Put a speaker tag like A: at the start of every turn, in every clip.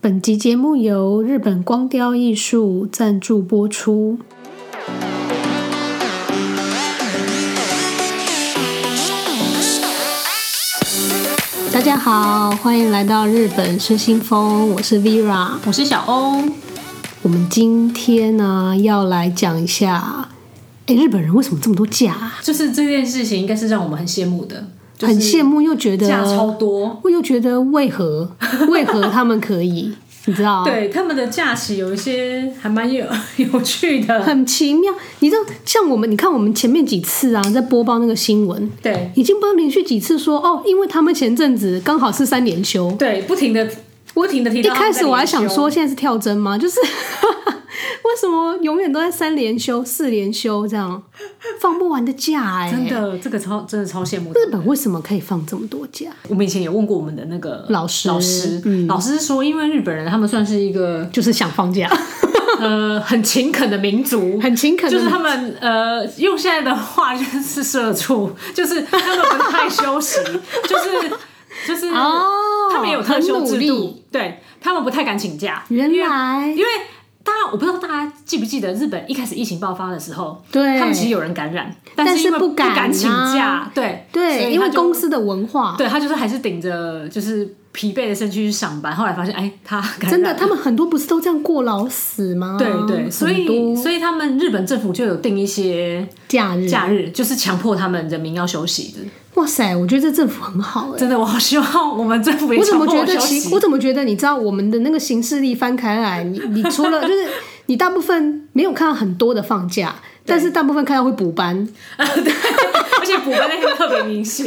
A: 本集节目由日本光雕艺术赞助播出。大家好，欢迎来到日本失心疯，我是 Vera。
B: 我是小欧。
A: 我们今天呢要来讲一下，哎，日本人为什么这么多假啊？
B: 就是这件事情应该是让我们很羡慕的，就是
A: 很羡慕又觉得
B: 假超多。
A: 我又觉得为何为何他们可以，你知道？
B: 对他们的假期有一些还蛮有 有趣的，
A: 很奇妙，你知道，像我们，你看我们前面几次啊，在播报那个新闻，
B: 对
A: 已经不知道连续几次说哦，因为他们前阵子刚好是三连休，
B: 对，不停的不停的提
A: 一
B: 到他们在
A: 开始我还想说
B: 连休，
A: 现在是跳针吗？就是 为什么永远都在三连休、四连休这样，放不完的假哎、
B: 真的这个超真的超羡慕的。
A: 日本为什么可以放这么多假？
B: 我们以前也问过我们的那个
A: 老师嗯
B: 老师，老师说，因为日本人他们算是一个
A: 就是想放假，
B: 呃很勤恳的民族，
A: 很勤恳的
B: 就是他们呃，用现在的话就是社畜，就是他们不太休息， 就是就是
A: 哦
B: 他们也有特休制
A: 很努
B: 度，对他们不太敢请假，
A: 原
B: 因为
A: 来
B: 因为大家我不知道大家记不记得日本一开始疫情爆发的时候，
A: 对
B: 他们其实有人感染，但
A: 但是
B: 因为
A: 不
B: 不
A: 敢啊
B: 请假，对所
A: 对，
B: 以
A: 因
B: 他
A: 为
B: 就
A: 公司的文化，
B: 对他就是还是顶着就是疲惫的身躯去上班，后来发现哎他感染
A: 真的，
B: 了
A: 他们很多不是都这样过劳死吗？
B: 对对，所以
A: 以
B: 所以他们日本政府就有定一些
A: 假日
B: 假日就是强迫他们人民要休息的。
A: 哇塞，我觉得这政府很好哎、
B: 真的，我好希望我们政府也
A: 我怎么
B: 强
A: 觉
B: 迫
A: 得
B: 休
A: 其
B: 息
A: 我。怎么觉得你知道我们的那个行事历翻开来，你你除 了就是你大部分没有看到很多的放假，但是大部分看到会补班，
B: 啊 对，而且补班那天特别明显。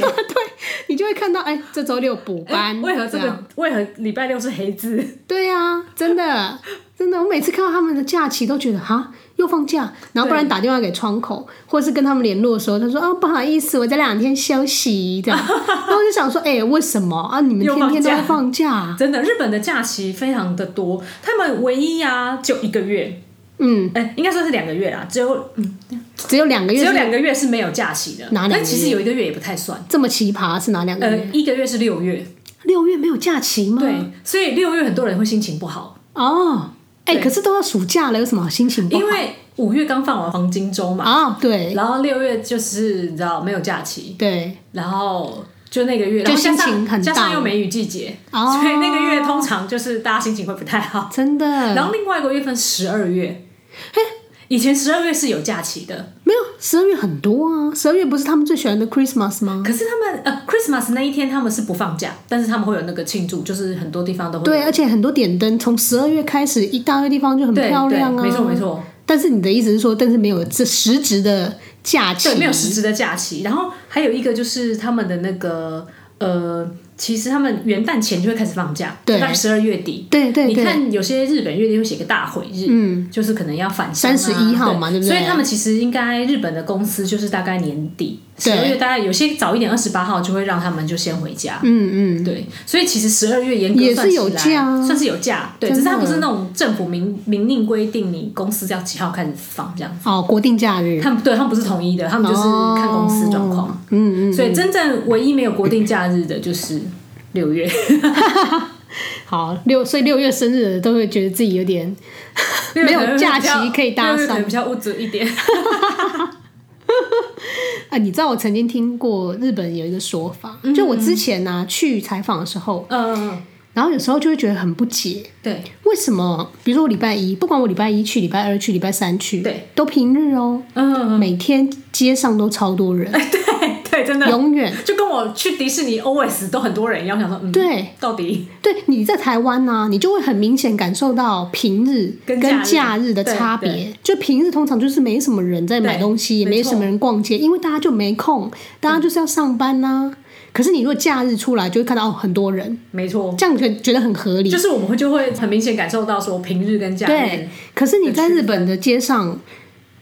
A: 你就会看到哎、这周六补班，
B: 哎为何这
A: 样
B: 个？为何礼拜六是黑 字？
A: 对呀、啊，真的真的，我每次看到他们的假期都觉得哈。又放假，然后不然打电话给窗口，或是跟他们联络的时候，他说：“啊，不好意思，我这两天休息。” 这样，然后我就想说：“哎、为什么啊？你们
B: 又
A: 天
B: 放
A: 天都
B: 假
A: 在放假啊？
B: 真的，日本的假期非常的多，他们唯一啊就一个月，
A: 嗯，
B: 哎、应该算是两个月啦，只有嗯
A: 只有两个月
B: 只有
A: 是
B: 两个月是没有假期的。
A: 哪两个月
B: 但其实有一个月也不太算，
A: 这么奇葩，是哪两个
B: 呃
A: 月？，嗯
B: 一个月是六月，
A: 六月没有假期吗？
B: 对，所以六月很多人会心情不好，
A: 哦，哎、
B: 对
A: 可是都要暑假了，有什么好心情不好？
B: 因为五月刚放完黄金周嘛，
A: 啊、对
B: 然后六月就是你知道没有假期，
A: 对，
B: 然后就那个月，
A: 就
B: 然后加
A: 心情
B: 上
A: 很
B: 加上
A: down
B: 又梅雨季节，
A: 哦
B: 所以那个月通常就是大家心情会不太好。
A: 真的。
B: 然后另外一个月份十二月，以前十二月是有假期的，
A: 没有十二月很多啊，十二月不是他们最喜欢的 Christmas 吗？
B: 可是他们呃 Christmas 那一天他们是不放假，但是他们会有那个庆祝，就是很多地方都会
A: 对，啊而且很多点灯从十二月开始，一大堆地方就很
B: 对
A: 漂亮啊。
B: 对没错没。错，
A: 但是你的意思是说，但是没有这实质的假期，
B: 对，没有实质的假期。然后还有一个就是他们的那个呃，其实他们元旦前就会开始放假，
A: 对
B: 大概十二月底，
A: 对对
B: 你
A: 对，
B: 看有些日本乐队会写个大会日，嗯，就是可能要返乡啊
A: 31号嘛对不对
B: 所以他们其实应该日本的公司就是大概年底十
A: 对
B: 二月，大概有些早一点，二十八号就会让他们就先回家。
A: 嗯嗯，
B: 对，所以其实十二月严格
A: 也是
B: 算起来
A: 有假啊
B: 算是有假，对，只
A: 真的
B: 是它不是那种政府明明令规定你公司要几号开始放这样子。
A: 哦，国定假日，
B: 他们对他们不是统一的，他们就是看公司状况。
A: 哦。嗯嗯，
B: 所以真正唯一没有国定假日的就是六月。
A: 好六，所以六月生日的都会觉得自己有点 没有假期可以搭
B: 六月可
A: 上
B: 能比较物质 一点。
A: 啊，你知道我曾经听过日本有一个说法，就我之前呢、去采访的时候，
B: 嗯，
A: 然后有时候就会觉得很不解，
B: 对
A: 为什么？比如说我礼拜一，不管我礼拜一去、礼拜二去、礼拜三去，
B: 对，
A: 都平日哦，
B: 嗯，
A: 每天街上都超多人，
B: 对 对， 真的，
A: 永远。
B: 就跟我去迪士尼 always 都很多人一样，想说，嗯，，
A: 对
B: 到底
A: 对，你在台湾呢、啊你就会很明显感受到平日
B: 跟假
A: 假
B: 日
A: 日的
B: 对
A: 差别。就平日通常就是没什么人在买
B: 对
A: 东西，也
B: 没
A: 没什
B: 错
A: 么人逛街，因为大家就没空，大家就是要上班呐、可是你如果假日出来，就会看到哦很多人，
B: 没错，
A: 这样觉觉得很合理
B: 哦就。是我们会就会很明显感受到说平日跟假日
A: 对，，可是你在日本的街上，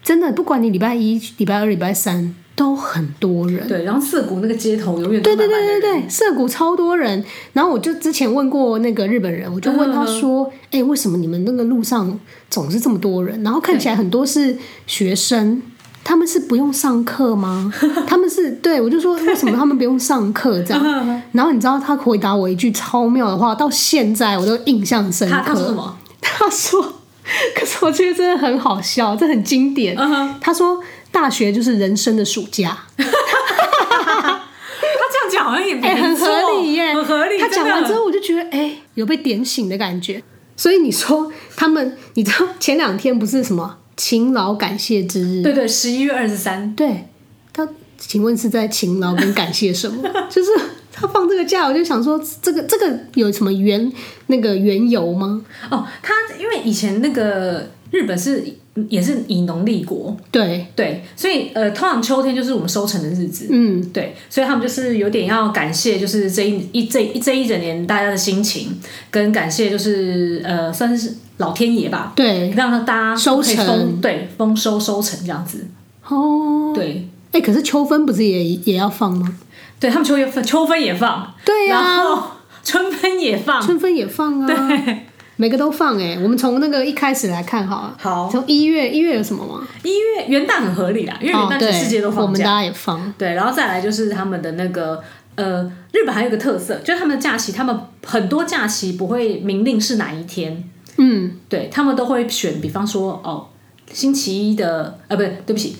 A: 真的不管你礼拜一、礼拜二、礼拜三，都很多人。
B: 对，然后涩谷那个街头 永远
A: 对对
B: 都满
A: 对
B: 满的
A: 对
B: 人，
A: 对，涩谷超多人。然后我就之前问过那个日本人，我就问他说：“哎、为什么你们那个路上总是这么多人？然后看起来很多是学生，他们是不用上课吗？他们是对我就说为什么他们不用上课这
B: 嗯
A: 样？然后你知道他回答我一句超妙的话，到现在我都印象深刻。
B: 他他说什么？
A: 他说，可是我觉得真的很好笑，这很经典。
B: 嗯哼
A: 他说，大学就是人生的暑假。
B: 他这样讲好像也没
A: 哎、很
B: 错
A: 合理耶，
B: 很合理。
A: 他讲完之
B: 后，
A: 后，我就觉得哎、有被点醒的感觉。所以你说他们，你知道前两天不是什么勤劳感谢之日？
B: 对对，十一月二十三，
A: 对，他请问是在勤劳跟感谢什么？ 就是他放这个假，我就想说，这个这个有什么缘那个缘由吗？
B: 哦，他因为以前那个日本是也是以农立国，
A: 对，
B: 对，所以呃，通常秋天就是我们收成的日子。
A: 嗯，
B: 对，所以他们就是有点要感谢，就是这一一这一这一整年大家的心情，跟感谢就是呃，算是老天爷吧，
A: 对，
B: 让大家
A: 收
B: 可以
A: 成
B: 丰对丰收收成这样子。
A: 哦，
B: 对，
A: 哎、可是秋分不是也也要放吗？
B: 对他们秋分秋分也放，
A: 对呀、
B: 然后春分也放，
A: 春分也放啊，
B: 啊 对，
A: 每个都放哎、我们从那个一开始来看好了。
B: 好
A: 从一月一月有什么吗？
B: 一月元旦很合理啊啦，因为元
A: 哦，
B: 旦
A: 对，
B: 全世界都
A: 我
B: 放
A: 们
B: 假。
A: 大家也放。
B: 对，然后再来就是他们的那个呃，日本还有一个特色，就是他们的假期，他们很多假期不会明令是哪一天，
A: 嗯，
B: 对他们都会选，比方说哦，星期一的呃，不对，对不起，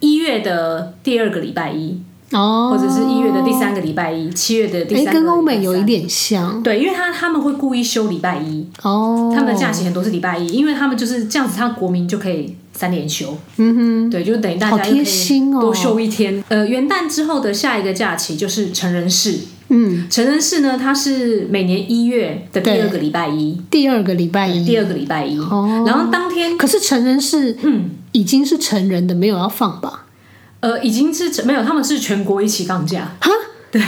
B: 一月的第二个礼拜一，
A: 哦，
B: 或者是一月的第三个礼拜一，七月的第
A: 哎，
B: 三个
A: 跟欧美有
B: 礼
A: 一
B: 拜三
A: 点像
B: 对，因为他他们会故意休礼拜一，
A: 哦。
B: 他们的假期很多是礼拜一，因为他们就是这样子，他国民就可以三连休。
A: 嗯
B: 对，就等于大
A: 好
B: 家又可
A: 贴
B: 以
A: 心哦
B: 多休一天。呃，元旦之后的下一个假期就是成人式。
A: 哼，嗯，
B: 成人式呢，它是每年一月的第二个礼拜一，
A: 第二个礼拜一，
B: 第二个礼拜一。
A: 哦
B: 然后当天，
A: 可是成人是
B: 嗯，
A: 已经是成人的，没有要放吧？
B: 呃，已经是没有，他们是全国一起放假，
A: 哈，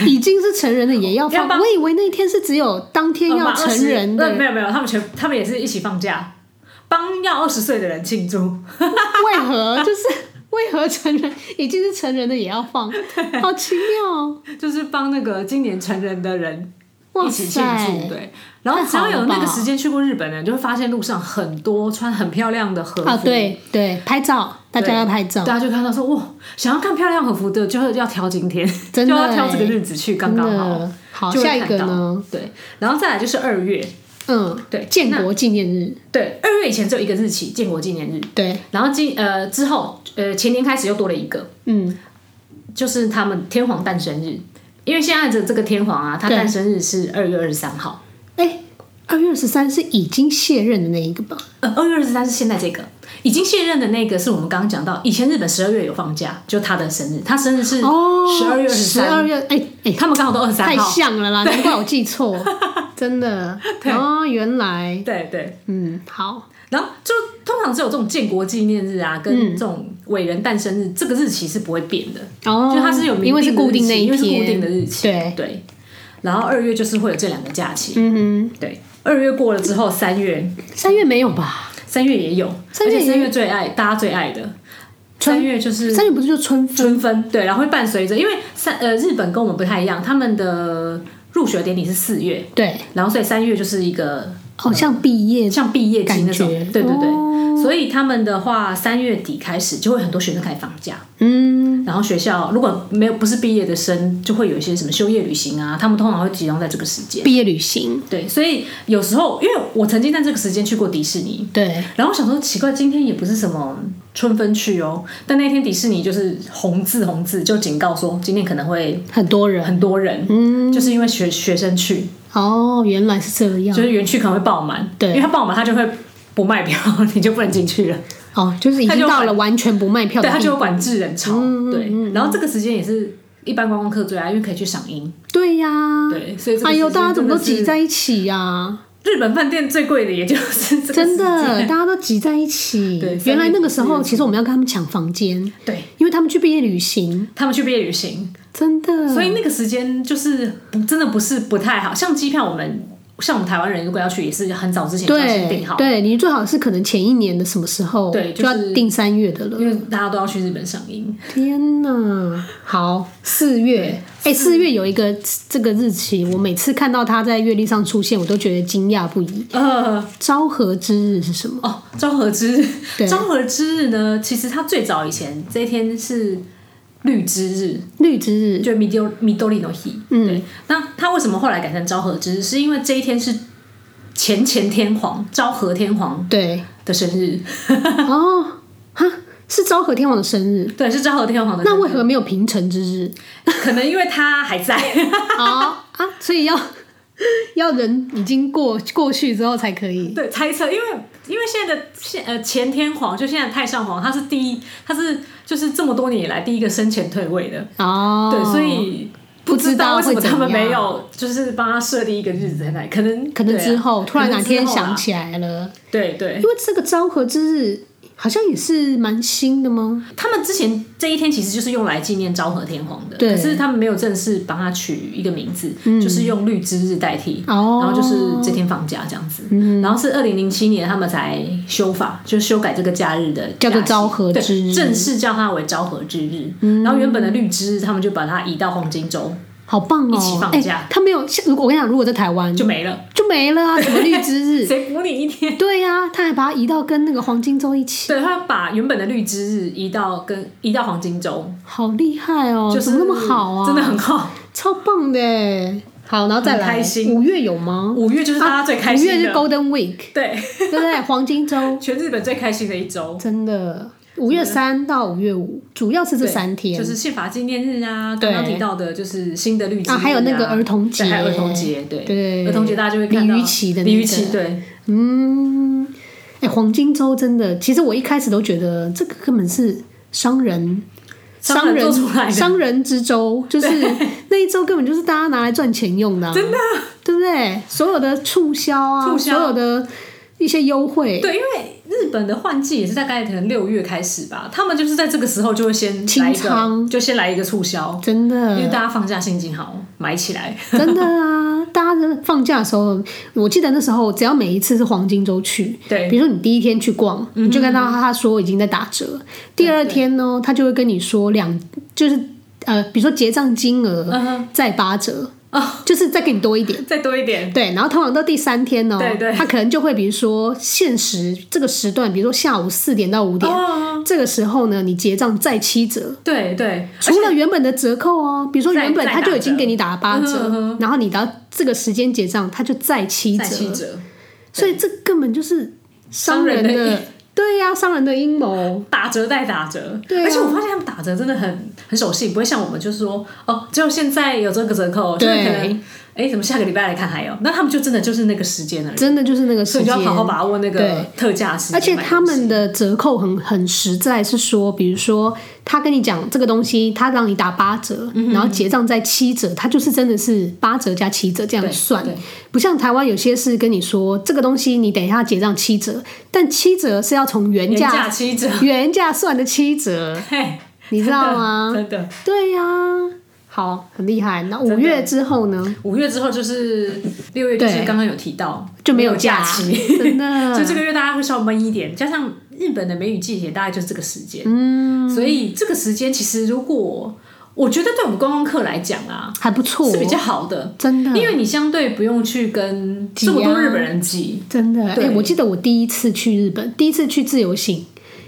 A: 已经是成人的也要
B: 要
A: 放，
B: 放
A: 我以为那天是只有当天要
B: 呃
A: 成人
B: 20
A: 的
B: 呃，没有没有，他们全他们也是一起放假，帮要二十岁的人庆祝。
A: 为何就是？为何成人已经是成人的也要放？好奇妙哦！
B: 就是帮那个今年成人的人
A: 哇
B: 一起庆祝，
A: 塞，
B: 对。然后只要有那个时间去过日本的人，就会发现路上很多穿很漂亮的和服，
A: 啊，，对对，拍照，大家
B: 对
A: 要拍照
B: 大，家就看到说哇，想要看漂亮和服的，就是要挑今天，
A: 真的欸
B: 就要挑这个日子去，刚
A: 真
B: 刚好。
A: 的好，
B: 就会
A: 下一
B: 看
A: 个
B: 到
A: 呢？？
B: 对，然后再来就是二月，
A: 嗯，
B: 对
A: 建国纪念日，
B: 对，二月以前只有一个日期，建国纪念日。
A: 对，
B: 然后今呃之后呃前年开始又多了一个，
A: 嗯，
B: 就是他们天皇诞生日，因为现在的这个天皇啊，他
A: 对
B: 诞生日是二月二十三号。
A: 哎，二月二十三是已经卸任的那一个吧？
B: 呃，二月二十三是现在这个已经卸任的那个，是我们刚刚讲到，以前日本十二月有放假，就他的生日，他生日是哦十二月二
A: 哦十
B: 十
A: 二
B: 三，
A: 月，哎哎，
B: 他们刚好都二十
A: 太
B: 三号。
A: 像了啦，难怪我记 错，真的。哦，原来，
B: 对对，
A: 嗯，好，
B: 然后就通常只有这种建国纪念日啊，跟
A: 嗯
B: 这种伟人诞生日，这个日期是不会变的，
A: 哦，
B: 就它是有明
A: 因为是固定那一
B: 因为
A: 天，
B: 是固定的日期。
A: 对，
B: 对，然后二月就是会有这两个假期。
A: 嗯
B: 对，二月过了之后，三月
A: 哼，三月没有吧？
B: 三月也有，
A: 三月
B: 而且
A: 也
B: 三月最爱大家最爱的，
A: 春
B: 三月就是
A: 三月不是就春分？
B: 春分，对，然后会伴随着，因为三呃日本跟我们不太一样，他们的入学典礼是四月，
A: 对，
B: 然后所以三月就是一个
A: 好像毕业
B: 像毕业季那种
A: 感觉，
B: 对对对，
A: 哦
B: 所以他们的话三月底开始就会很多学生开始放假，
A: 嗯，
B: 然后学校如果没有不是毕业的生，就会有一些什么休业旅行啊，他们通常会集中在这个时间，
A: 毕业旅行，
B: 对，所以有时候因为我曾经在这个时间去过迪士尼，
A: 对，
B: 然后想说奇怪，今天也不是什么春分去哦，但那天迪士尼就是红字红字就警告说今天可能会
A: 很多人，
B: 很多人，
A: 嗯，
B: 就是因为学学生去，
A: 哦，原来是这样
B: 就，是园区可能会爆满，
A: 对
B: 因为他爆满他就会不卖票，你就不能进去 了，
A: 哦，就是已
B: 他
A: 经
B: 就
A: 到
B: 反
A: 了完全不卖票的
B: 对，他
A: 地
B: 就有管制人潮，
A: 嗯嗯嗯
B: 对，然后这个时间也是一般观光客最爱，因为可以去赏樱，
A: 对呀，
B: 对，所以这个
A: 哎呦，
B: 时间
A: 大家怎么都
B: 真的是
A: 挤在一起呀、
B: 日本饭店最贵的，也就是这个
A: 真
B: 时
A: 的，
B: 间，
A: 大家都挤在一起
B: 对。
A: 原来那个时
B: 三月
A: 候，
B: 底
A: 其实我们要跟他们抢房间，
B: 对
A: 因为他们去毕业旅行，
B: 他们去毕业旅行，
A: 真的。
B: 所以那个时间就是不真的不是不太好，像机票我们。像我们台湾人如果要去，也是很早之前就要先
A: 对
B: 订好，
A: 对，你最好是可能前一年的什么时候，
B: 对就是
A: 就要定三月的了。
B: 因为大家都要去日本赏樱。
A: 天哪，好，四月，哎、四月有一个这个日期，我每次看到它在月历上出现，我都觉得惊讶不已。
B: 呃，
A: 昭和之日是什么？
B: 哦，昭和之日，
A: 对
B: 昭和之日呢，其实它最早以前这一天是绿之日，
A: 绿之日。
B: 就 Midori Midori no Hi。
A: 嗯
B: 对，那它为什么后来改成昭和之日？是因为这一天是前前天皇昭和天皇
A: 对，
B: 的生日，
A: 哦，哈，是昭和天皇的生日，
B: 对，是昭和天皇的生
A: 那
B: 日。
A: 为何没有平成之日？
B: 可能因为他还在，
A: 哦啊，所以要 要人已经过过去之后才可以。
B: 对，猜测，因为因为现在的现呃前天皇就现在的太上皇，他是第一，他是就是这么多年以来第一个生前退位的，
A: 哦，
B: 对，所以
A: 不
B: 知
A: 知道
B: 为什
A: 会
B: 么
A: 怎
B: 他们没
A: 样
B: 有就是帮他设立一个日子在那里，可能
A: 可能
B: 对啊
A: 之后、突然
B: 可
A: 哪
B: 能
A: 天
B: 之后啦
A: 想起来了，
B: 对对
A: 因，为这个昭和之日好像也是蛮新的吗？
B: 他们之前这一天其实就是用来纪念昭和天皇的，
A: 对嗯
B: 可是他们没有正式帮他取一个名字，就是用绿之日代替，
A: 哦嗯
B: 然后就是这天放假这样子，然后是二零零七年他们才修法，就修改这个假日的
A: 叫做
B: 假期
A: 昭和之日嗯
B: 对正式叫它为昭和之日，然后原本的绿之日他们就把它移到黄金周
A: 好棒
B: 一起
A: 哦！
B: 放假
A: 哎他没有像如果我跟你讲，如果在台湾
B: 就
A: 就
B: 没了，
A: 就没了 啊，什么绿之日？
B: 谁补你一天？
A: 对呀、他还把它移到跟那个黄金周一起，
B: 对，他把原本的绿之日移到跟移到黄金周，
A: 好厉害哦！
B: 就
A: 怎
B: 是
A: 么那么好啊？
B: 真的很好。
A: 超棒的耶！好，然后再来，
B: 很开心
A: 五月有吗？
B: 五月就是大家最开
A: 啊五
B: 心
A: 月
B: 的，
A: 是 Golden Week，
B: 对，
A: 对不对？ 黄金周，
B: 全日本最开心的一周。
A: 真的，五月三到五月五，主要是这三天
B: 就。是宪法纪念日啊，
A: 对
B: 刚刚提到的就是新的绿之日
A: 啊还有那个儿童节
B: 对还有儿童节，对
A: 对
B: 儿童节大家就会看到
A: 李玉琦的那个
B: 李玉琦，对，
A: 嗯，哎，黄金周真的，其实我一开始都觉得这个根本是商人。
B: 商人
A: 人
B: 做出来的
A: 商人之周，就是那一周根本就是大家拿来赚钱用的、真的，对不对？所有的促销啊，
B: 促销
A: 所有的一些优惠，
B: 对，因为日本的换季也是大概可能六月开始吧，他们就是在这个时候就会先来一
A: 清仓嗯
B: 个，就先来一个促销，
A: 真
B: 因为
A: 的，
B: 大家放假心情好，买起来。
A: 真的啊！大家的放假的时候，我记得那时候只要每一次是黄金周去，
B: 对嗯
A: 比如说你第一天去逛，你就看到他说已经在打折，第二天呢，他就会跟你说两就是呃，比如说结账金额
B: 嗯哼，哦
A: 再八折，就是再给你多一点。
B: 再多一点，
A: 对，然后通常到第三天呢、
B: 对对
A: 他可能就会比如说限时这个时段，比如说下午四点到五点，
B: 哦，
A: 这个时候呢，你结账再七折，
B: 对对，
A: 除了原本的折扣哦，比如说原本他就已经给你打了八
B: 再打折嗯哼
A: 折，然后你到这个时间结账，他就再七
B: 再七
A: 折，
B: 折，
A: 所以这根本就是商人
B: 商人的
A: 的，对呀、商人的阴谋，
B: 打折再打折，
A: 对啊
B: 而且我发现他们打折真的很很守信，不会像我们就是说哦，只有现在有这个折扣，就是
A: 对
B: 可能哎，怎么下个礼拜来看还有？那他们就真的就是那个时间而已，
A: 真的就是那个
B: 所
A: 时
B: 以就
A: 间
B: 要。好好把握那个
A: 对
B: 特价时间。
A: 而且他们的折扣很很实在，是说，比如说他跟你讲这个东西，他让你打八折，
B: 嗯
A: 然后结账在七折，他就是真的是八折加七折这样算
B: 对对，
A: 不像台湾有些是跟你说这个东西你等一下结账七折，但七折是要从原
B: 原价
A: 价
B: 七折，
A: 原价算的七折，
B: 嘿，
A: 你知道吗？
B: 真的，
A: 对呀、好，很厉害。那五
B: 的
A: 月之后呢，
B: 五月之后就是六月，就是
A: 对
B: 刚刚有提到
A: 就没
B: 没
A: 有
B: 假
A: 假
B: 期。
A: 真
B: 所以
A: 的。
B: 这个月大家会稍微闷一点，加上日本的梅雨季节大概就是这个时间，嗯，所以这个时间其实如果我觉得对我们观光客来讲啊，
A: 还不错
B: 是，比较好的，
A: 真的，
B: 因为你相对不用去跟
A: 挤
B: 这
A: 啊
B: 么多日本人挤
A: 真的，哎、
B: 对
A: 我记得我第一次去日本，第一次去自由行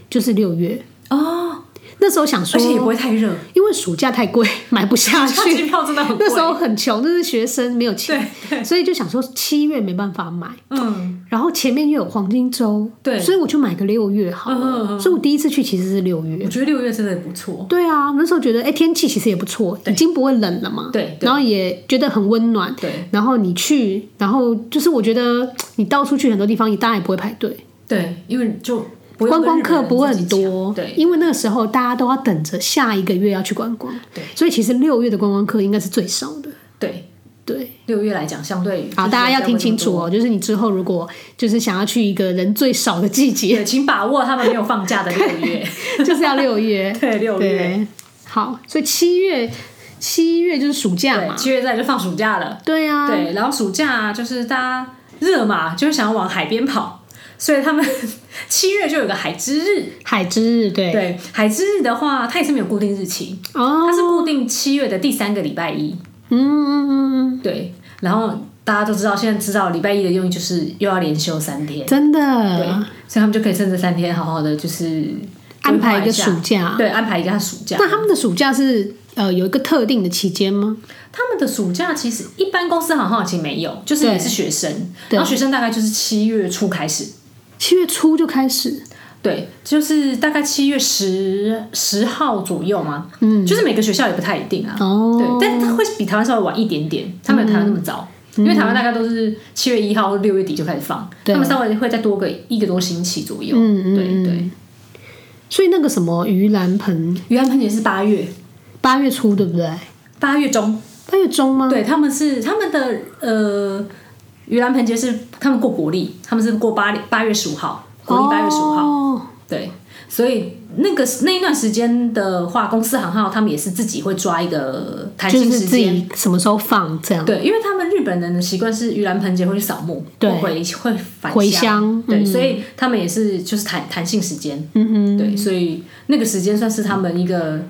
A: 就是六月，
B: 哦，
A: 那时候想
B: 而
A: 说，
B: 且也不会太热，
A: 因为暑假太贵， 买不下
B: 它 机
A: 去。
B: 票真的很贵。
A: 哦那时候很穷，就是学生没有钱，所以就想说七月没办法买，
B: 嗯，
A: 然后前面又有黄金周，
B: 对嗯
A: 所以我就买个六月好了。所以我第一次去其实是六月
B: 我，觉得六月真的不错，
A: 对啊，那时候觉得哎、天气其实也不错，已经不会冷了嘛，
B: 对对
A: 然后也觉得很温暖，
B: 对
A: 然后你去，然后就是我觉得你到处去很多地方，你当然也不会排队，
B: 对，因为就不会
A: 观光客
B: 日本人
A: 不会很
B: 自己抢
A: 多，
B: 对，
A: 因为那个时候大家都要等着下一个月要去观光，
B: 对，
A: 所以其实六月的观光客应该是最少的，
B: 对，
A: 对。
B: 六月来讲相对于
A: 好，
B: 就是
A: 大家要听清
B: 比较
A: 楚
B: 不会
A: 哦，就是你之后如果就是想要去一个人最少的季
B: 那么多，
A: 节，
B: 对，请把握他们没有放假的六月，
A: 就是要六月，
B: 对，六月，
A: 对，好，所以七月，七月就是暑假
B: 对，
A: 嘛，
B: 七月再就放暑假了，
A: 对啊，
B: 对，然后暑假就是大家热嘛，就会想要往海边跑，所以他们 七月就有个海之日。
A: 海之日，对，
B: 对，海之日的话，它也是没有固定日期，
A: 哦，
B: 它是固定七月的第三个礼拜一。
A: 嗯嗯嗯嗯
B: 对，然后大家都知道，现在知道礼拜一的用意就是又要连休三天
A: 嗯，，真
B: 对，
A: 的
B: 所以他们就可以趁这三天好好的就是
A: 安排一
B: 规
A: 个
B: 划
A: 暑假。
B: 对，安排一下暑假。
A: 那他们的暑假是呃有一个特定的期间吗？
B: 他们的暑假其实一般公司好像其实没有，就是你是学生，然后学生大概就是七月初开始，
A: 七月初就开始，
B: 对，就是大概七月十十号左右嘛，嗯，就是每个学校也不太一定啊，
A: 哦，
B: 对，但它会比台湾稍微晚一点点，他们有台湾那么早。因为台湾大概都是七月一号或六月底就开始放，
A: 嗯对
B: 他们稍微会再多个一个多星期左右。
A: 嗯嗯
B: 对对，
A: 所以那个什么盂兰盆，
B: 盂兰盆节是八月
A: 八月初对不对？
B: 八月中，
A: 八月中吗？
B: 对，他们是他们的呃盂兰盆节是他们过国历，他们是过八八月十五号，国历八月十五号，
A: 哦，
B: 对，所以那个那一段时间的话，公司行号他们也是自己会抓一个弹
A: 就
B: 性
A: 是
B: 时
A: 自
B: 间。
A: 己什么时候放这样。
B: 对，因为他们日本人的习惯是盂兰盆节会去扫墓，
A: 对
B: 会回会返
A: 回
B: 乡
A: 乡，
B: 对，
A: 嗯
B: 所以他们也是就是弹弹性时间，
A: 嗯哼，
B: 对，所以那个时间算是他们一个，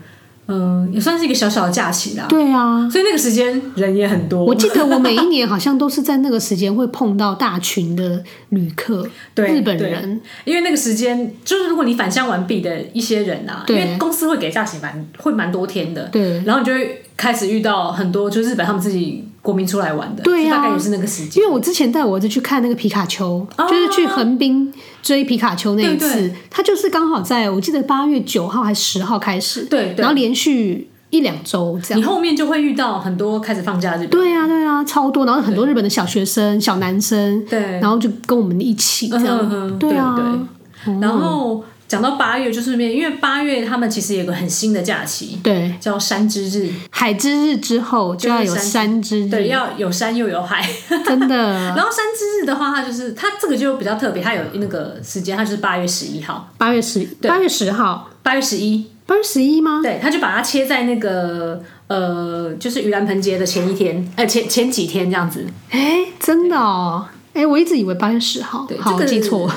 B: 嗯、也算是一个小小的假期啦。
A: 对啊。
B: 所以那个时间人也很多，
A: 我记得我每 一年好像都是在那个时间会碰到大群的旅客，
B: 对
A: 日本
B: 对
A: 人，
B: 因为那个时间，就是如果你返乡完毕的一些人啊，因
A: 对
B: 为公司会给假期蛮会蛮多天的，
A: 对
B: 然后你就会开始遇到很多就日本他们自己国民出来玩的，
A: 对呀啊
B: 就大概也是那个时
A: 因
B: 间，
A: 为我之前带我儿子去看那个皮卡丘，
B: 哦
A: 就是去横滨追皮卡丘那一次，
B: 对
A: 他就是刚好在我记得八月九号还是十号开始，
B: 对对
A: 然后连续一两周这
B: 你
A: 样。
B: 后面就会遇到很多开始放假的日本，
A: 对呀、啊对呀、超多，然后很多日本的小学生、小男生，
B: 对，
A: 然后就跟我们一起这
B: 嗯
A: 样，
B: 哼哼
A: 对啊，
B: 对对，然后讲到八月就顺便，因为八月他们其实有个很新的假期
A: 对。
B: 叫山之日，
A: 海之日之后就要有山之日，嗯
B: 对，要有山又有海。
A: 真的。
B: 然后山之日的话，它就是它这个就比较特别，它有那个时间，它就是八月十一号，
A: 八月十八月十号，
B: 八月十一，
A: 八月十一吗？
B: 对，他就把它切在那个呃，就是盂兰盆节的前一天，呃，前前几天这样子。
A: 哎、真的哦，哎、我一直以为八月十号
B: 对，
A: 好、
B: 这个
A: 记 错，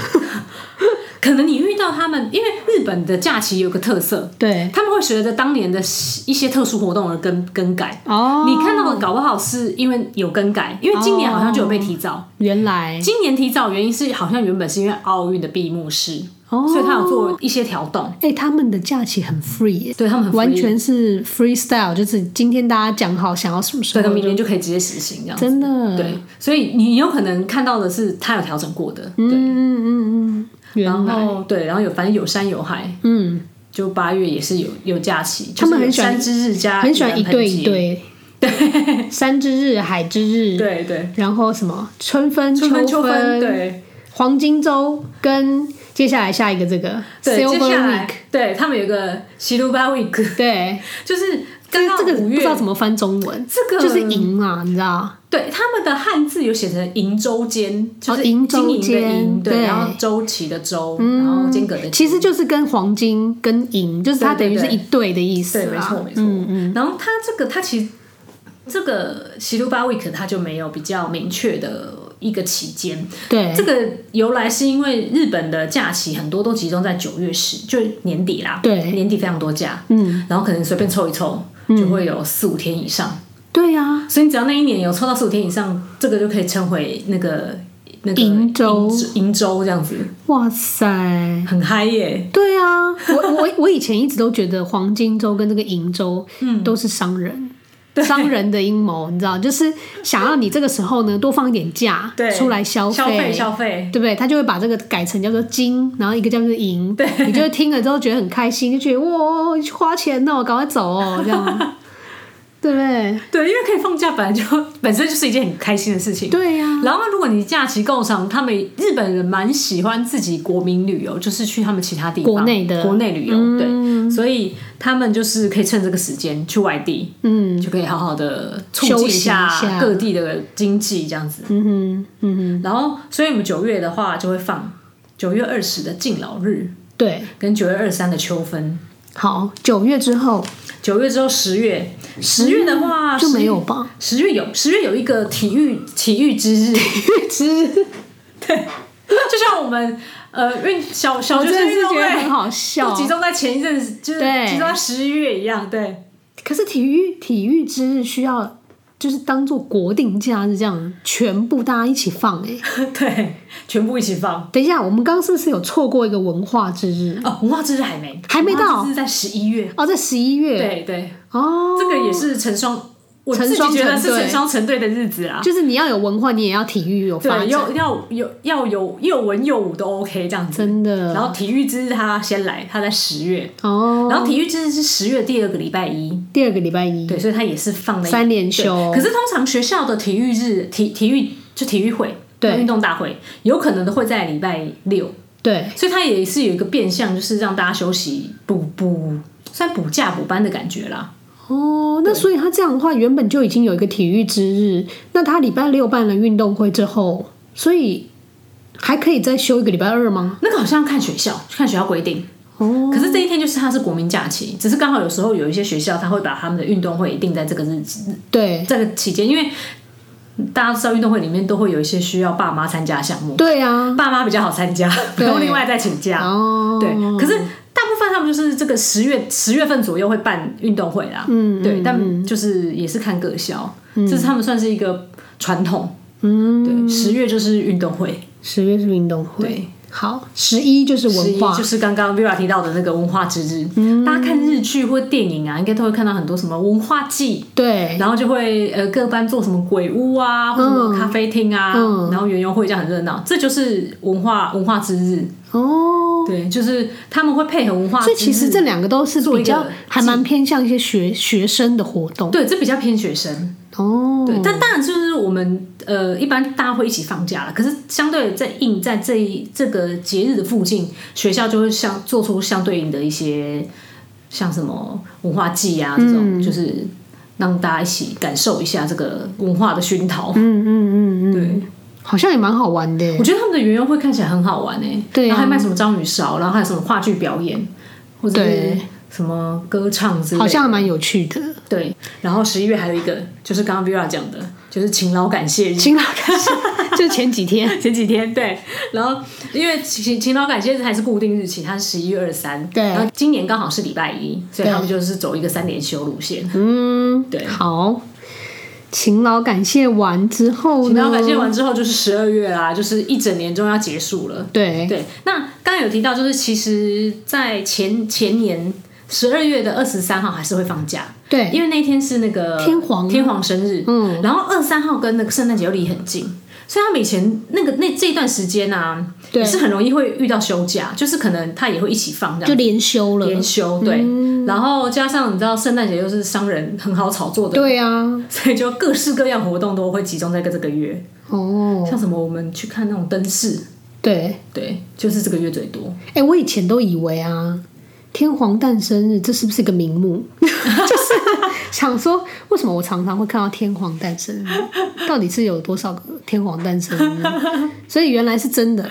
B: 可能你遇到他们，因为日本的假期有个特色，
A: 对，
B: 他们会随着当年的一些特殊活动而更更改。
A: 哦，
B: 你看到的搞不好是因为有更改，因为今年好像就有被提早。
A: 原来
B: 今年提早原因是好像原本是因为奥运的闭幕式，
A: 哦，
B: 所以他有做一些调动。
A: 哎、他们的假期很 free，耶、
B: 对他们很
A: 完
B: free，
A: 全是 freestyle，就是今天大家讲好想要什么时
B: 对，他
A: 候，
B: 明年就可以直接实行这样子。
A: 真的，
B: 对，所以你有可能看到的是他有调整过的，对。
A: 嗯嗯嗯嗯，原
B: 然
A: 来，
B: 后对，然后有反正有山有海，
A: 嗯，
B: 就八月也是有有假期，
A: 他们很喜欢
B: 就是有山之日加
A: 很喜欢一对一
B: 对
A: 对，对，山之日、海之日，
B: 对对，
A: 然后什么春分、
B: 春分
A: 秋
B: 秋分对
A: 黄金周跟接下来下一个这个
B: 对，接
A: Silver
B: 下来
A: Week，
B: 对他们有个西鲁巴 week，
A: 对，
B: 就是刚
A: 这
B: 刚
A: 这个
B: 五
A: 不
B: 月
A: 知道怎么翻中文，
B: 这个
A: 就是赢啊，你知道？
B: 对他们的汉字有写成银周间，就
A: 哦
B: 是
A: 银
B: 经
A: 周
B: 营的银，
A: 间
B: 对，
A: 对嗯
B: 然后周期的周，然后间隔的间
A: 其实就是跟黄金跟银，就是它
B: 对
A: 等于
B: 对
A: 是
B: 对
A: 一对的意思
B: 对，没
A: 啦
B: 错没错。
A: 嗯嗯，
B: 然后它这个它其实这个西鲁巴 week 它就没有比较明确的一个期间，
A: 对
B: 这个由来是因为日本的假期很多都集中在九月十，就年底啦，
A: 对
B: 年底非常多假，
A: 嗯，
B: 然后可能随便抽一抽就会有四五天以上，
A: 对啊呀，
B: 所以你只要那一年有抽到四五天以上，这个就可以称为那个那个
A: 银周
B: 银周这样子，
A: 哇塞。
B: 很嗨耶。
A: 对啊，我我我以前一直都觉得黄金周跟这个银周，嗯，都是商人。商人的阴谋，你知道，就是想要你这个时候呢多放一点假
B: 对，
A: 出来消
B: 消费消费，
A: 对不对？他就会把这个改成叫做金，然后一个叫做银，对，你就会听了之后觉得很开心，就觉得哇，花钱哦，赶快走哦，这 样，对不对？
B: 对，因为可以放假，本来就本身就是一件很开心的事情。
A: 对啊呀、
B: 然后，如果你假期够长，他们日本人蛮喜欢自己国民旅游，就是去他们其他地方
A: 国内的嗯
B: 国内旅游，对，所以他们就是可以趁这个时间去外地，
A: 嗯
B: 就可以好好的促
A: 休
B: 进
A: 息一下
B: 各地的经济这样子。
A: 嗯哼，嗯哼，
B: 然后，所以我们九月的话就会放九月二十的敬老日，
A: 对，
B: 跟九月二三的秋分。
A: 好，九月之后
B: 九月之后十月，十月的话
A: 嗯就没
B: 十
A: 有吧？
B: 十月有十月有一个体育体育之日，
A: 月之日，
B: 就像我们呃运小小
A: 我
B: 学
A: 真
B: 生
A: 的
B: 运
A: 是
B: 动
A: 觉得
B: 会
A: 很好笑
B: 都。集中在前一阵子，就是
A: 对
B: 集中在十一月一样，对。
A: 可是体育体育之日需要就是当做国定假日这样，全部大家一起放哎、
B: 对，全部一起放。
A: 等一下，我们刚刚是不是有错过一个文化之日？
B: 哦，文化之日还没，
A: 还没到
B: 文化之日在十一月。
A: 哦，在十一月
B: 对对，
A: 哦，
B: 这个也是成双，我自
A: 成
B: 己
A: 双
B: 觉得是
A: 哦成对
B: 成双成对的日子啦。
A: 就是你要有文化，你也要体育有发展，
B: 对，要要有要有又文又武都 OK 这样子。
A: 真的
B: 然后体育之日它先来，它在十月，
A: 哦。
B: 然后体育之日是十月第二个礼拜一，
A: 第二个礼拜一
B: 对，所以它也是放了一
A: 三连
B: 对
A: 休，
B: 可是通常学校的体育日体体育就体育会。
A: 对
B: 运动大会有可能都会在礼拜六，
A: 对
B: 所以它也是有一个变相，就是让大家休息补补，算补假补班的感觉啦。
A: 哦，那所以他这样的话，原本就已经有一个体育之日，那他礼拜六办了运动会之后，所以还可以再休一个礼拜二吗？
B: 那个好像看学校，看学校规定。
A: 哦，
B: 可是这一天就是它是国民假期，只是刚好有时候有一些学校，他会把他们的运动会定在这个日子、
A: 对
B: 这个期间，因为大家都知道运动会里面都会有一些需要爸妈参加的项目，
A: 对啊，
B: 爸妈比较好参加，不
A: 对
B: 用另外再请假。
A: 哦，
B: 对，可是大部分他们就是这个十月十月份左右会办运动会啦，
A: 嗯
B: 对，但就是也是看各校，这是他们算是一个传统，
A: 嗯，
B: 对，十月就是运动会，
A: 十月是运动会
B: 对，
A: 好，十一就是嗯
B: 十
A: 文
B: 一
A: 化，
B: 就是刚刚 Vera 提到的那个文化之日，大家看日剧或电影啊，应该都会看到很多什么文化祭。
A: 对
B: 然后就会呃各班做什么鬼屋啊，或什么咖啡厅啊，
A: 嗯
B: 然后园游会这样很热闹，这就是文化文化之日。
A: 哦。
B: 对，就是他们会配合文化之
A: 所
B: 日，
A: 以其实这两个都是
B: 做
A: 比
B: 一个
A: 较
B: 记
A: 还蛮偏向一些学学生的活动
B: 对这比较偏学生。
A: 哦。
B: 对，但当然就是我们呃，一般大家会一起放假了。可是相对在应在这一这个节日的附近，学校就会相做出相对应的一些像什么文化祭啊这种，
A: 嗯
B: 就是让大家一起感受一下这个文化的熏陶。
A: 嗯嗯嗯嗯，
B: 对，
A: 好像也蛮好玩的
B: 我。觉得他们的园游会看起来很好玩诶、
A: 对啊
B: 然后还卖什么章鱼烧，然后还有什么话剧表演，或者是
A: 对
B: 什么歌唱之类的。
A: 好像还蛮有趣的。
B: 对，然后十一月还有一个就是刚刚 Vera 讲的，就是勤劳感谢日。
A: 勤劳感谢， 就前几天。
B: 前几天对，然后因为勤勤劳感谢日还是固定日期，它是十一月二三，
A: 对
B: 然后今年刚好是礼拜一，所以
A: 对
B: 他们就是走一个三连休路线。
A: 嗯，
B: 对
A: 好。勤劳感谢完之后呢？
B: 勤劳感谢完之后就是十二月啦，就是一整年终要结束了。
A: 对
B: 对，那刚刚有提到，就是其实，在前前年十二月的二十三号还是会放假，
A: 对，
B: 因为那天是那个
A: 天皇
B: 天皇生日，
A: 嗯，
B: 然后二三号跟那个圣诞节又离很近，所以他们以前那个那这一段时间啊，
A: 对
B: 也是很容易会遇到休假，就是可能他也会一起放这
A: 就嗯
B: 样
A: 连休了。
B: 连休，对，然后加上你知道圣诞节又是商人很好炒作的，
A: 对啊，
B: 所以就各式各样活动都会集中在这个月，
A: 哦，
B: 像什么我们去看那种灯饰，
A: 对，
B: 对，就是这个月最多。
A: 哎、我以前都以为啊，天皇诞生日这是不是个名目？ 就是想说，为什么我常常会看到天皇诞生日？到底是有多少个天皇诞生日？所以原来是真的，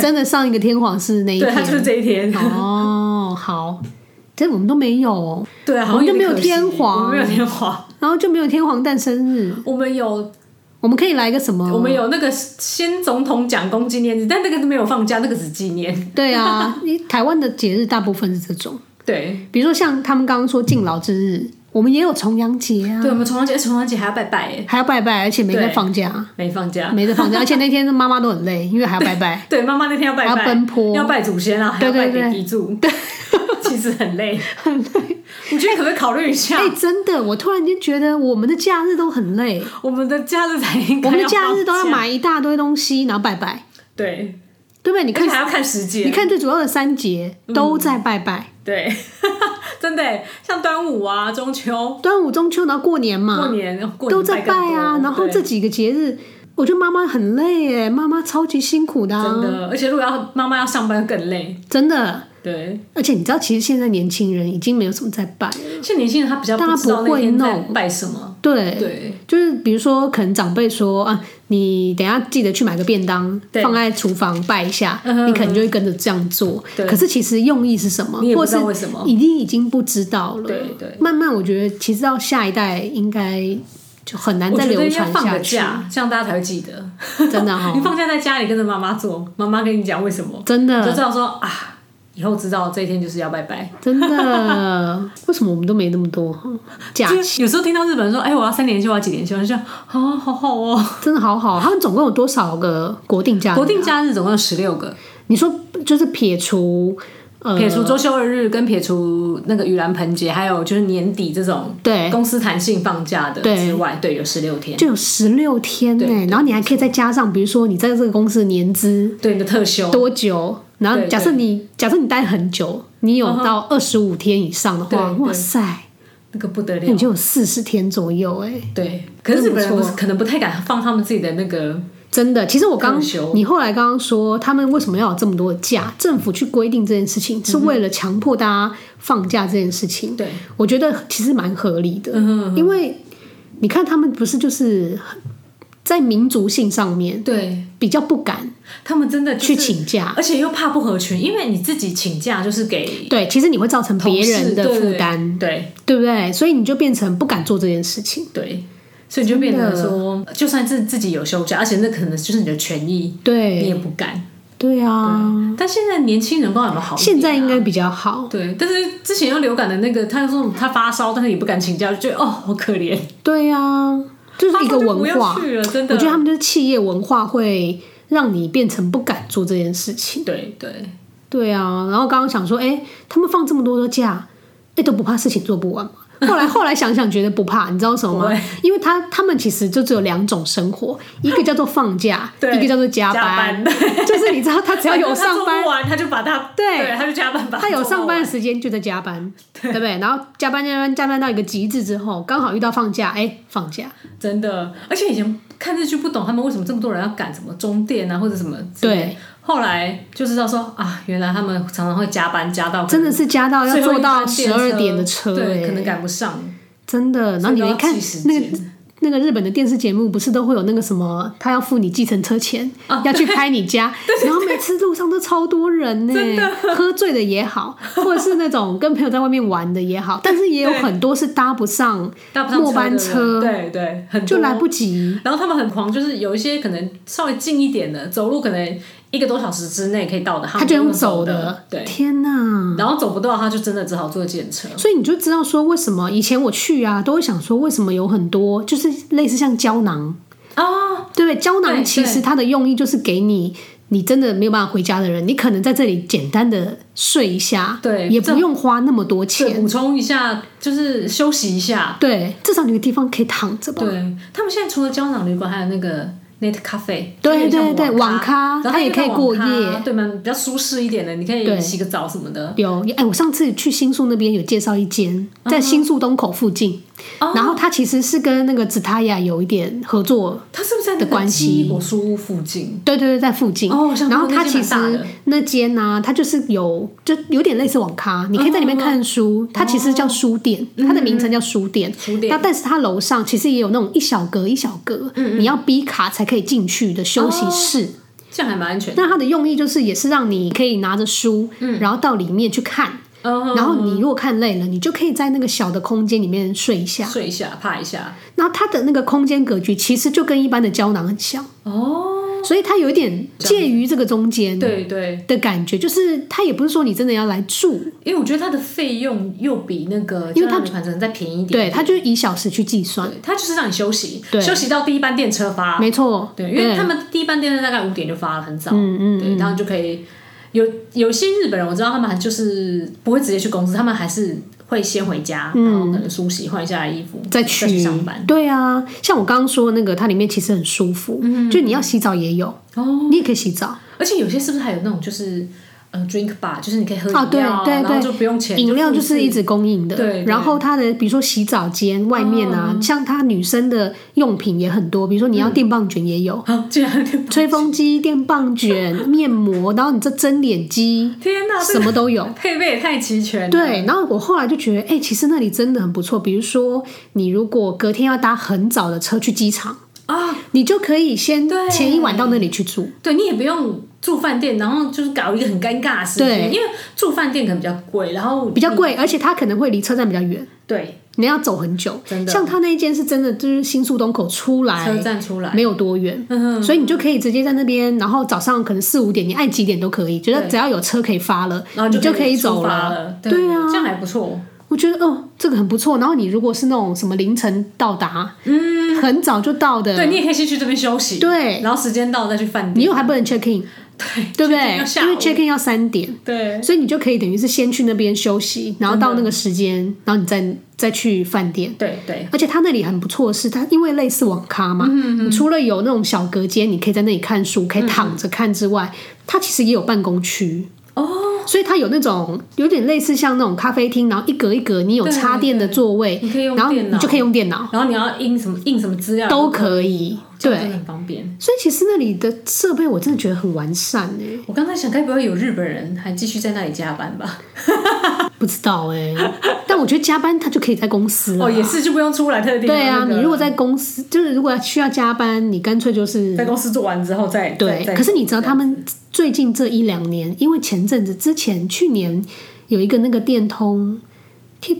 A: 真的上一个天皇是那一
B: 对，它
A: 天。
B: 就是这一天。
A: 哦，好，这我们都没有哦，
B: 对，好像
A: 我们就没有
B: 点可惜
A: 天皇
B: 我们没有天皇，
A: 然后就没有天皇诞生日。
B: 我们有
A: 我们可以来一个什么？
B: 我们有那个先总统蒋公纪念日，但那个是没有放假，那个只纪念。
A: 对啊， 你台湾的节日大部分是这种，
B: 对，
A: 比如说像他们刚刚说敬老之日，我们也有重阳节啊，
B: 对，我们重阳节，哎重阳节还要拜拜耶，
A: 还要拜拜，而且没在
B: 对
A: 放假，
B: 没放假。
A: 没在放假，而且那天妈妈都很累，因为还要拜 拜。
B: 对，妈妈那天要拜
A: 还
B: 拜，
A: 要奔波
B: 要拜祖先啊，还要
A: 对
B: 拜
A: 对
B: 地主，对， 其实很累，很累。我觉得可不可以考虑一下
A: 哎、，真的，我突然间觉得我们的假日都很累，
B: 我们的假日才应该
A: 我们的
B: 放
A: 假日都要
B: 假，
A: 买一大堆东西，然后拜拜，
B: 对，
A: 对不对？你
B: 而且嗯
A: 看，
B: 还要看时
A: 你
B: 间，
A: 看最主要的三节都在拜拜，
B: 对， 真的耶像端午啊、中秋、
A: 端午、中秋，然后过年嘛，
B: 过年、过
A: 嗯
B: 年
A: 都在
B: 拜更多
A: 啊。然后
B: 对
A: 这几个节日，我觉得妈妈很累哎，妈妈超级辛苦的、啊，
B: 真的，而且如果要妈妈要上班更累，
A: 真的。
B: 对。
A: 而且你知道，其实现在年轻人已经没有什么在拜了，
B: 现在年轻人他比较
A: 大家
B: 不知道
A: 不
B: 那
A: 会
B: 天在
A: 弄
B: 拜什么，
A: 对。
B: 对
A: 就是比如说，可能长辈说啊，你等一下记得去买个便当，
B: 对
A: 放在厨房拜一下，
B: 嗯哼
A: 你可能就会跟着这样做。
B: 对
A: 可是其实用意是什么，
B: 你也
A: 或
B: 不知
A: 是
B: 道为什么
A: 已经已经不知道了。
B: 对对
A: 慢慢我觉得其实到下一代应该。就很难
B: 我
A: 再
B: 觉得
A: 流
B: 应该
A: 传
B: 放
A: 下
B: 个
A: 去。
B: 假，这样大家才会记得。
A: 真的哦哈、
B: 你放假在家里跟着妈妈做，妈妈跟你讲为什么，
A: 真
B: 你就
A: 的
B: 知道说啊，以后知道这一天就是要拜拜。
A: 真 的，为什么我们都没那么多哈假期？
B: 就是有时候听到日本人说，哎、我要三连休，我要几连休，就说啊，好好哦。
A: 真的好好，他们总共有多少个国定假日？
B: 国定假日总共有十六个，
A: 你说就是撇除呃，
B: 撇除周休二日，跟撇除那个盂兰盆节，还有就是年底这种
A: 对，
B: 公司弹性放假的
A: 对
B: 之外，对，有十六天。
A: 就有十六天呢、然后你还可以再加上，比如说你在这个公司的年资
B: 对你的特休，
A: 多久，然后
B: 对嗯
A: 假设你假设你待很久，你有到二十五天以上的话，
B: 对对
A: 哇塞，
B: 那个不得
A: 那你
B: 了。
A: 就有四十天左右哎、
B: 对，可是日本人
A: 真
B: 不
A: 不
B: 是可能不太敢放他们自己的那个，
A: 真的，其实我刚
B: 特休
A: 你后来刚刚说他们为什么要有这么多的假，政府去规定这件事情，是为了强迫大家放假这件事情。
B: 嗯对，嗯
A: 我觉得其实蛮合理的，因为你看他们不是就是在民族性上面
B: 对
A: 比较不敢
B: 他们真的就是
A: 去请假，
B: 而且又怕不合群，因为你自己请假就是给
A: 对，其实你会造成别人的
B: 同事
A: 负担，，
B: 对
A: 对不对？所以你就变成不敢做这件事情，
B: 对对，所以就变成说，就算是自己有休假，而且那可能就是你的权益，你
A: 对，
B: 也不敢。
A: 对啊，
B: 但现在年轻人不知道有没有好一点啊、
A: 现在应该比较好，
B: 对，但是之前有流感的那个，他说他发烧，但是也不敢请假，就觉得哦好可怜，
A: 对啊，就是一个
B: 发烧就不
A: 文
B: 要
A: 化，
B: 去了，真的，
A: 我觉得他们就是企业文化会让你变成不敢做这件事情。
B: 对对
A: 对啊，然后刚刚想说，哎、他们放这么多的假，哎、都不怕事情做不 完吗？后来后来想想，觉得不怕，你知道什么
B: 不
A: 吗？因为他他们其实就只有两种生活， 一个叫做放假，
B: 对
A: 一个叫做加
B: 加 班，
A: 就是你知道，他只要有
B: 他
A: 上
B: 做
A: 班
B: 不，完，他就把他
A: 对
B: 他就加班把它
A: 他有
B: 做
A: 上
B: 完
A: 班的时间就在加班，对不对？然后加班加班加班到一个极致之后，刚好遇到放假，哎、放假，
B: 真的，而且以前看日剧不懂他们为什么这么多人要赶什么终电啊，或者什么之类的
A: 对。
B: 后来就知道说啊，原来他们常常会加班加到
A: 真的是加到要
B: 最后
A: 坐
B: 一
A: 到
B: 班
A: 十二点的车、
B: 对，
A: 哎
B: 可能赶不上。
A: 真的。然后你
B: 所以都要
A: 没看
B: 计时
A: 那
B: 间
A: 个那个日本的电视节目，不是都会有那个什么，他要付你计程车钱，
B: 哦
A: 要去拍你 家，然后每次路上都超多人呢、喝醉的也好，或者是那种跟朋友在外面玩的也好，但是也有很多是搭不上
B: 搭不上
A: 末班
B: 车
A: 车
B: 的人，对对，很多
A: 就来不及。
B: 然后他们很狂，就是有一些可能稍微近一点的，走路可能一个多小时之内可以到的，
A: 他
B: 们
A: 就
B: 都
A: 用
B: 用
A: 走
B: 的
A: 的，，
B: 对。
A: 天哪！
B: 然后走不到，他就真的只好坐电车。
A: 所以你就知道说为什么以前我去啊，都会想说为什么有很多就是类似像胶囊，
B: 哦，
A: 对不对？胶
B: 对
A: 囊其实它的用意就是给你，你真的没有办法回家的人，你可能在这里简单的睡一下，
B: 对
A: 也不用花那么多
B: 对，
A: 钱，
B: 补充一下，就是休息一下。
A: 对，至少你有地方可以躺着吧。
B: 对他们现在除了胶囊旅馆，还有那个 Net Cafe，
A: 对
B: 就
A: 对
B: 有点像
A: 对，网
B: 网
A: 咖，
B: 然后
A: 它也可以
B: 有网
A: 过
B: 咖
A: 夜。
B: 对嘛，比较舒适一点的，你可以
A: 对
B: 洗个澡什么的。
A: 有，哎、我上次去新宿那边有介绍一间，在新宿东口附近，
B: 嗯哦
A: 然后它其实是跟那个紫塔雅有一点合作，
B: 它是不是在那
A: 的
B: 个
A: 关系
B: 奇异果书屋附近？
A: 对对对，在附近。
B: 哦我想说
A: 然后它
B: 那间
A: 其
B: 蛮
A: 实
B: 大的
A: 那间呢、它就是有就有点类似网咖，你可以在里
B: 嗯
A: 面看书。它其
B: 哦
A: 实叫书店，它的名称叫书店。
B: 书店
A: 那但是它楼上其实也有那种一小格一小格，
B: 嗯
A: 你要 B 卡才可以进去的休息室。
B: 这样还蛮安全的。
A: 那它的用意就是也是让你可以拿着书，然后到里面去看。
B: 嗯，
A: 然后你如果看累了，你就可以在那个小的空间里面睡一下。
B: 睡一下，趴一下。
A: 然后它的那个空间格局其实就跟一般的胶囊很像，
B: 哦，
A: 所以它有一点介于这个中间。
B: 对对，
A: 的感觉，就是它也不是说你真的要来住，
B: 因为我觉得它的费用又比那个
A: 因为它
B: 胶囊旅馆可能再便宜一点。
A: 对，它就是以小时去计算，
B: 对，它就是让你休息，
A: 对
B: 休息到第一班电车发。
A: 没错，
B: 哦对，因为他们第一班电车大概五点就发了，很早。
A: 嗯嗯，
B: 对，然后就可以有有些日本人，我知道他们还就是不会直接去公司，他们还是会先回家，然后可能梳洗换一下衣服，
A: 嗯再
B: 去
A: 去
B: 上班。
A: 对啊，像我刚刚说的那个，它里面其实很舒服，
B: 嗯
A: 就你要洗澡也有，
B: 哦，
A: 你也可以洗澡，
B: 而且有些是不是还有那种就是呃 drink bar，就是你可以喝饮料，
A: 啊对对
B: 然后就不用钱，
A: 饮料就是一
B: 直
A: 直供应的，
B: 对对哦
A: 然后它的比如说洗澡间外面啊，像它女生的用品也很多，比如说你要电棒卷也有，
B: 啊，竟然有点
A: 吹风机、电棒卷、面膜，然后你这蒸脸 机，
B: 天哪，这
A: 什么都有。
B: 个配备也太齐全了。
A: 对，然后我后来就觉得，哎、其实那里真的很不错。比如说，你如果隔天要搭很早的车去机场，
B: 啊，
A: 你就可以先
B: 对
A: 前一晚到那里去住。
B: 对你也不用住饭店，然后就是搞一个很尴尬的事情，
A: 对
B: 因为住饭店可能比较贵，然后
A: 比较贵，而且它可能会离车站比较远，
B: 对，
A: 你要走很久。
B: 真的
A: 像他那一间是真的，就是新宿东口出
B: 车
A: 来
B: 站出来，
A: 没有多远，
B: 嗯
A: 所以你就可以直接在那边，然后早上可能四五点，你爱几点都可以，觉得
B: 对
A: 只要有车可以发了，
B: 然后
A: 你就
B: 可
A: 可以走
B: 出发
A: 了。
B: 了，
A: 对啊
B: 这样还不错。
A: 我觉得哦，这个很不错。然后你如果是那种什么凌晨到达，嗯，很早就到的，
B: 对你也可以先去这边休息，
A: 对
B: 然后时间到再去饭
A: 你
B: 店，
A: 又还不能 check in，
B: 对
A: 对不对？
B: 要下
A: 因为
B: 午，
A: check in 要三点，
B: 对
A: 所以你就可以等于是先去那边休息，然后到那个时间，然后你再再去饭店。
B: 对对，
A: 而且它那里很不错的是，它因为类似网咖
B: 嗯
A: 嘛，你除了有那种小隔间，你可以在那里看书，可以躺着看之外，它其实也有办公区哦，所以它有那种有点类似像那种咖啡厅，然后一格一格，你有
B: 对
A: 插电的座位，
B: 你可以用
A: 然后
B: 电
A: 你
B: 脑
A: 就可以用电脑，
B: 然后你要印什么印什么资料
A: 都可以。
B: 这
A: 对
B: 样，真的很方便。
A: 所以其实那里的设备我真的觉得很完善哎、
B: 我刚才想，该不会有日本人还继续在那里加班吧？
A: 不知道 哎、但我觉得加班他就可以在公司了
B: 哦，也是，就不用出来特地
A: 对啊，
B: 那个
A: 你如果在公司，就是如果需要加班，你干脆就是
B: 在公司做完之后再
A: 对。
B: 再再
A: 可是你知道他们最近这一两年，因为前阵子之前去年有一个那个电通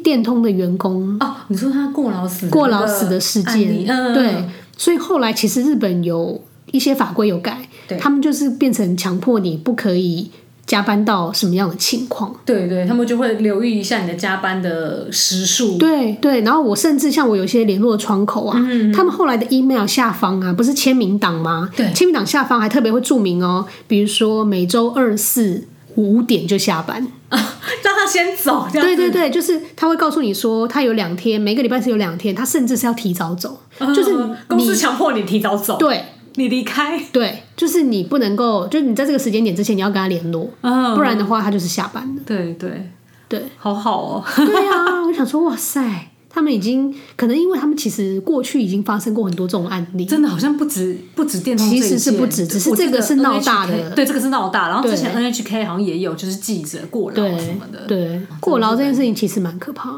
A: 电通的员工
B: 哦，你说他过劳死
A: 嗯过劳死的事
B: 案例
A: 件，
B: 嗯，
A: 对，所以后来其实日本有一些法规有改
B: 对，
A: 他们就是变成强迫你不可以加班到什么样的情况。
B: 对对，他们就会留意一下你的加班的时数，
A: 对对，然后我甚至像我有一些联络窗口啊，
B: 嗯
A: 他们后来的 email 下方啊，不是签名档吗？
B: 对
A: 签名档下方还特别会注明哦，比如说每周二四。五点就下班，
B: 让他先走，这样
A: 对对对，就是他会告诉你说，他有两天，每个礼拜是有两天，他甚至是要提早走，
B: 嗯
A: 就是
B: 公
A: 你
B: 司强迫你提早走，
A: 对
B: 你离开，
A: 对，就是你不能够，就是你在这个时间点之前你要跟他联络，
B: 嗯
A: 不然的话他就是下班了。
B: 对对，
A: 对，
B: 好好哦，
A: 对啊，我想说，哇塞，他们已经可能因为他们其实过去已经发生过很多这种案例，
B: 真的好像不止不止电通这一件，
A: 其实是不止只是
B: 我记得
A: 这个是闹大的
B: NHK 对，这个是闹大，然后之前
A: 对
B: NHK 好像也有就是记者过劳什
A: 对
B: 么的，
A: 对，过劳这件事情其实蛮可怕的。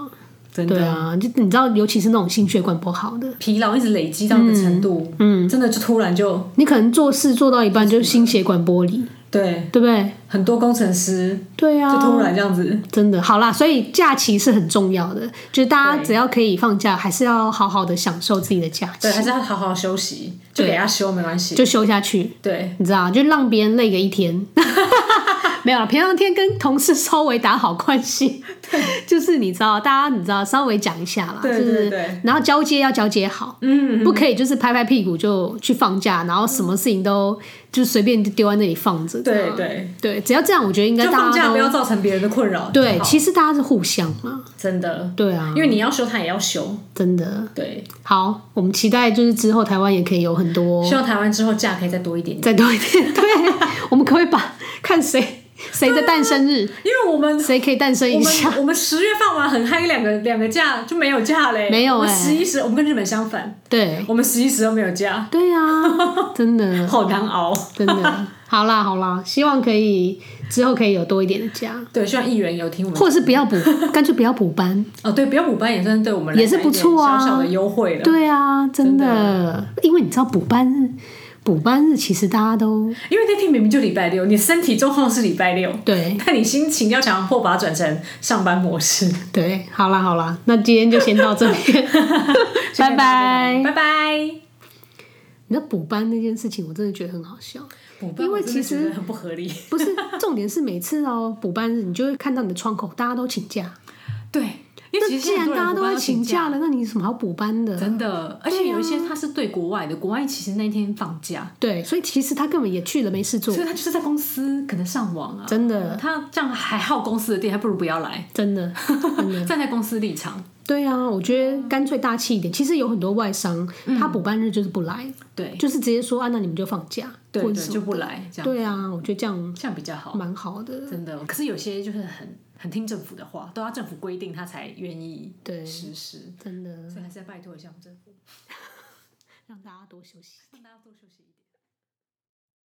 B: 真
A: 对
B: 的。
A: 啊，就你知道，尤其是那种心血管不好的，
B: 疲劳一直累积到一个程度，嗯，真的就突然就
A: 你可能做事做到一半就心血管剥离，
B: 对
A: 对不对？
B: 很多工程师
A: 对
B: 就突
A: 啊，
B: 然这样子，
A: 真的好啦，所以假期是很重要的，就是大家
B: 对
A: 只要可以放假，还是要好好的享受自己的假期
B: 对，，还是要好好休息，就
A: 对
B: 给他休没关系，
A: 就休下去，
B: 对，
A: 你知道，就让别人累个一天。 没有了，平常天跟同事稍微打好关系， 就是你知道，大家你知道稍微讲一下啦，
B: 对
A: 就是
B: 对对
A: 然后交接要交接好，
B: 嗯，
A: 不可以就是拍拍屁股就去放假，然后什么事情都就随便就丢在那里放着。这
B: 对
A: 样
B: 对，
A: 对，只要这样，我觉嗯得应该
B: 就
A: 大
B: 放
A: 家
B: 假不要
A: 都
B: 造成别人的困扰，
A: 对。
B: 好
A: 其实大家是互相嘛，
B: 真的，
A: 对啊
B: 因，为你要休，他也要休，
A: 真的
B: 对，
A: 好，我们期待就是之后台湾也可以有很多
B: 希望台湾之后假可以再多一点点，
A: 再多一点。 对，啊我们可不可以把看谁谁的诞生日，
B: 因为我们
A: 谁可以诞生
B: 啊我
A: 一下？
B: 们我们十月放完很嗨，两个两个假就没有假嘞，
A: 没有
B: 我们
A: 欸
B: 十一十我们跟日本相反，
A: 对
B: 我们十一十都没有假，
A: 对 啊，真的
B: 好难熬。
A: 真的，好啦好啦，希望可以之后可以有多一点的假。
B: 对，希望议员有听我们
A: 或者是不要补，干脆不要补班。
B: 哦，对，不要补班也算是对我们来
A: 也是
B: 讲一
A: 不错啊
B: 点小小的优惠了。
A: 对啊，真的，因为你知道补班日，补班日其实大家都
B: 因为那天明明就礼拜六，你身体状况是礼拜六，
A: 对
B: 但你心情要强迫把它转成上班模式。
A: 对。好啦好啦，那今天就先到这里，拜拜。
B: 拜拜。
A: 你知道补班那件事情，我真的觉得很好笑。
B: 补班
A: 因为
B: 我真的
A: 其实
B: 觉得很不合理。
A: 不是，重点是每次哦补班日，你就会看到你的窗口大家都请假。
B: 对，因为
A: 那
B: 其实
A: 既
B: 现在
A: 然大家
B: 很多人补
A: 都
B: 班
A: 在
B: 要
A: 请
B: 请假，
A: 假了，那你有什么好补班的？
B: 真的，而且有一些他是对国外的，国外其实那天放假，
A: 对，所以其实他根本也去了，没事做
B: 所。以他就是在公司可能上网啊。
A: 真的，
B: 他这样还耗公司的电，还不如不要来。
A: 真的，
B: 站在公司立场，
A: 对啊，我觉得干脆大气一点。其实有很多外商，
B: 嗯
A: 他补班日就是不来，
B: 对
A: 就是直接说啊，那你们就放假，
B: 对
A: 或
B: 对，
A: 者什
B: 就
A: 么
B: 不来这样，
A: 对啊，我觉得这样
B: 这样比较好。
A: 蛮好的。
B: 真的，可是有些就是很很听政府的话，都要政府规定他才愿意
A: 对
B: 实施，
A: 真的
B: 所以还是要拜托一下我们政府，
A: 让大家多休息。
B: 让大家多休息一点。